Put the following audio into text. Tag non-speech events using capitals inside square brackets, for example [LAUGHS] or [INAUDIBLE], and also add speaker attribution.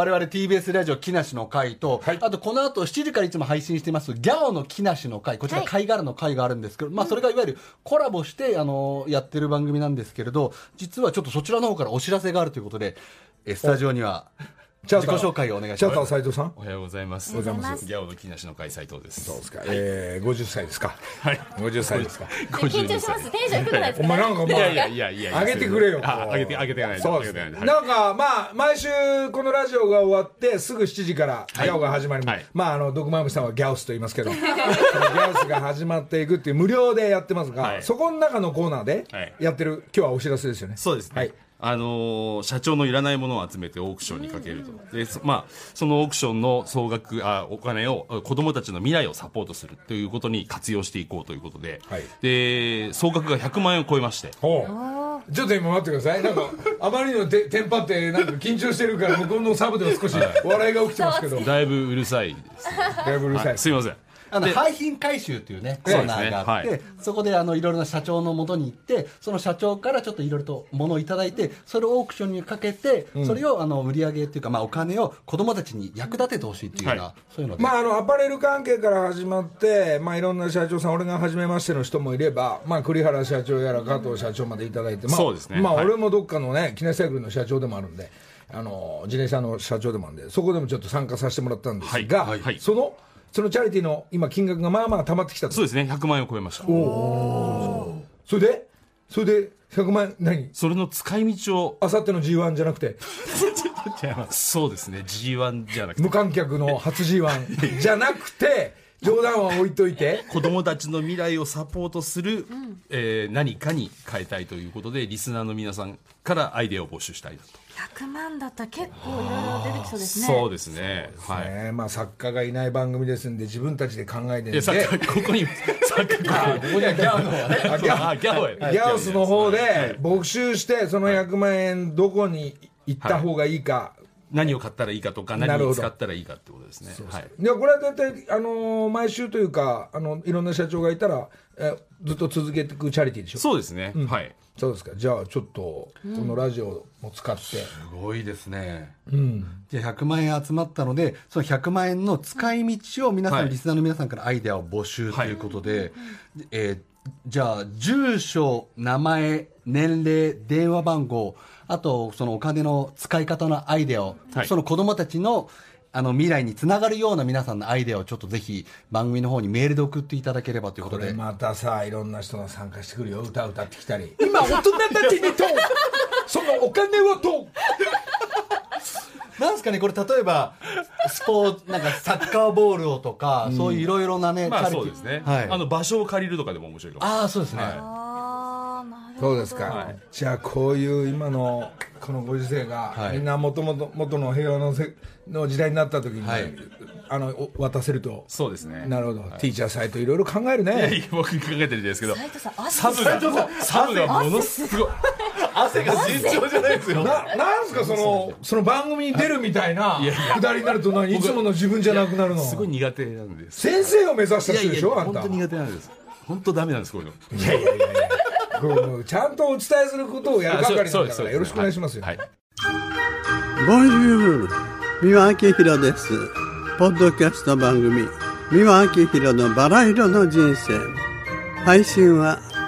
Speaker 1: 我々 TBS ラジオ木梨の会と、
Speaker 2: はい
Speaker 1: あとこの後7時からいつも配信しています、ギャオの木梨の会、こちら
Speaker 3: はい
Speaker 1: 貝殻の会があるんですけど、まあそれがいわゆるコラボして、あの、やってる番組なんですけれど、実はちょっとそちらの方からお知らせがあるということで、えスタジオには
Speaker 2: チャ
Speaker 1: 自
Speaker 2: ー
Speaker 1: 己
Speaker 2: ター
Speaker 1: 紹介をお願いし
Speaker 2: シャ
Speaker 1: ま
Speaker 2: ッ
Speaker 1: す
Speaker 2: ター。斎藤さん
Speaker 4: おはようございます。
Speaker 3: おはようございます
Speaker 4: ギャオの木梨の会斎藤です。
Speaker 2: どうです
Speaker 4: [LAUGHS]
Speaker 2: か、えー、50歳ですか
Speaker 4: はい。
Speaker 2: 50歳ですか
Speaker 3: 緊張します。テンション低くないです
Speaker 2: お
Speaker 3: か。
Speaker 2: 前なんか
Speaker 4: い
Speaker 2: ま
Speaker 4: やいやいやいや。
Speaker 2: あ上げてくれよ
Speaker 4: あ上げて上げてない。
Speaker 2: そうです
Speaker 4: 上げ
Speaker 2: ね
Speaker 4: てない
Speaker 2: な
Speaker 4: はい
Speaker 2: んかまあ毎週このラジオが終わってすぐ7時からギャオが始まります、
Speaker 4: はい
Speaker 2: まああのドクマムシさんはギャオスと言いますけどそのギャオスが始まっていくっていう無料でやってますが、
Speaker 4: はい
Speaker 2: そこの中のコーナーで
Speaker 4: はい
Speaker 2: やってる今日はお知らせですよね
Speaker 4: そうですね。
Speaker 2: はい
Speaker 4: あのー社長のいらないものを集めてオークションにかけると。で、そまあ、そのオークションの総額、あお金をあ子供たちの未来をサポートするということに活用していこうということで、
Speaker 2: はい
Speaker 4: で、総額が100万円を超えまして、
Speaker 2: ほうちょっと今待ってくださいなんかあまりのてテンパってなんか緊張してるから向こうのサブでは少し笑いが起きてますけどだ
Speaker 4: だいぶうるさいですね。
Speaker 2: いぶうるさ
Speaker 4: はいい、すいません。
Speaker 1: あの
Speaker 4: で
Speaker 1: 廃品回収というねコーナーがあって
Speaker 4: そう
Speaker 1: そ,、
Speaker 4: で
Speaker 1: こであのいろいろな社長のもとに行ってその社長からちょっといろいろと物をいただいてそれをオークションにかけて、それをあの売り上げというか、まあ、お金を子供たちに役立ててほしいっていうような、
Speaker 4: はい
Speaker 1: そういうので、
Speaker 2: まあ、あのアパレル関係から始まって、まあ、いろんな社長さん、俺が初めましての人もいれば、まあ、栗原社長やら加藤社長までいただいて、まあ
Speaker 4: そうですね
Speaker 2: まあ、
Speaker 4: はい
Speaker 2: 俺もどっかのね、記念サイクルの社長でもあるんで、あの自転車の社長でもあるんで、そこでもちょっと参加させてもらったんですが、
Speaker 4: はいはい
Speaker 2: そのそのチャリティーの今、金額がまあまあ溜まってきたと
Speaker 4: そうですね、100万円を超えました。
Speaker 2: それで、それで100万円、何、
Speaker 4: それの使い道を、
Speaker 2: あさっての g 1じゃなくて、
Speaker 4: そうですね、G1 じゃなくて
Speaker 2: 無観客の初 g 1じゃなくて、冗談は置いといて。
Speaker 4: 子供たちの未来をサポートする、えー何かに変えたいということでリスナーの皆さんからアイデアを募集したいなと、
Speaker 3: 百万だったら結構いろいろ出てきそうですね。
Speaker 4: そうですねはい
Speaker 2: ねまあ、作家がいない番組ですんで自分たちで考えてん
Speaker 4: い
Speaker 2: で
Speaker 4: やさっきここにさっきここに
Speaker 2: いやギャオの方ね
Speaker 4: あギャオギャオや
Speaker 2: ギャオスの方で募集してその100万円どこに行った方がいいか、
Speaker 4: 何を買ったらいいかとか
Speaker 2: なる
Speaker 4: 何
Speaker 2: ほ
Speaker 4: に
Speaker 2: ど
Speaker 4: 使ったらいいかってことですねはい
Speaker 2: いやこれは大体、あのー毎週というか、あのいろんな社長がいたら、えずっと続けていくチャリティーでしょ
Speaker 4: そうですね、はい
Speaker 2: そうですかじゃあちょっとこのラジオも使って、
Speaker 1: すごいですね、で100万円集まったのでその100万円の使い道を皆さん、
Speaker 4: はい
Speaker 1: リスナーの皆さんからアイデアを募集と
Speaker 4: はい
Speaker 1: いうことで、でえーじゃあ住所名前年齢電話番号あとそのお金の使い方のアイデアを、
Speaker 4: はい
Speaker 1: その子供たちのあの未来につながるような皆さんのアイデアをちょっとぜひ番組の方にメールで送っていただければというこ
Speaker 2: ことれ
Speaker 1: で
Speaker 2: またさいろんな人が参加してくるよ歌歌ってきたり
Speaker 1: 今大人たちにと
Speaker 2: [LAUGHS] そのお金はと
Speaker 1: なんですかね、これ例えば、スポーツ、なんかサッカーボールをとか、そういういろいろなね、
Speaker 4: まあ
Speaker 1: チャ
Speaker 4: そう
Speaker 1: リテ
Speaker 4: で
Speaker 1: ィ
Speaker 4: すね、
Speaker 1: はい。
Speaker 4: あの場所を借りるとかでも面白いかも
Speaker 1: ああ、そうですね。
Speaker 3: あーなるほど。
Speaker 2: そうですか、
Speaker 4: はい
Speaker 2: じゃあこういう今のこのご時世が、
Speaker 1: はい
Speaker 2: みんなもともと元の平和のせの時代になった時に、
Speaker 1: はい
Speaker 2: あのお渡せると
Speaker 4: そうですね
Speaker 2: なるほど、ティーチャーサイトいろいろ考える
Speaker 4: いやい
Speaker 2: ね
Speaker 4: や僕考えてるんですけど
Speaker 3: 斉藤さん、あ、
Speaker 4: サブがサブがものすごい汗が尋常じゃないですよ
Speaker 2: ななんすかそのその番組に出るみたいない
Speaker 4: やいや
Speaker 2: くだりになると何いつもの自分じゃなくなるの
Speaker 4: すごい苦手なんです
Speaker 2: 先生を目指した人でしょあん
Speaker 4: 本
Speaker 2: た
Speaker 4: 当苦手なんです本当ダメなんですこういう
Speaker 2: [LAUGHS]
Speaker 4: の
Speaker 2: いやいやいやいやこれもうちゃんとお伝えすることをやる
Speaker 4: あそう
Speaker 2: 係
Speaker 4: そ
Speaker 2: な
Speaker 4: うんで
Speaker 2: だ
Speaker 4: す
Speaker 2: か
Speaker 4: そう
Speaker 2: ら
Speaker 4: です
Speaker 2: よろしくお願いしますよ、
Speaker 4: はいはい
Speaker 5: ボンジュール、三輪明宏です。ポッドキャスト番組、三輪明宏のバラ色の人生。配信は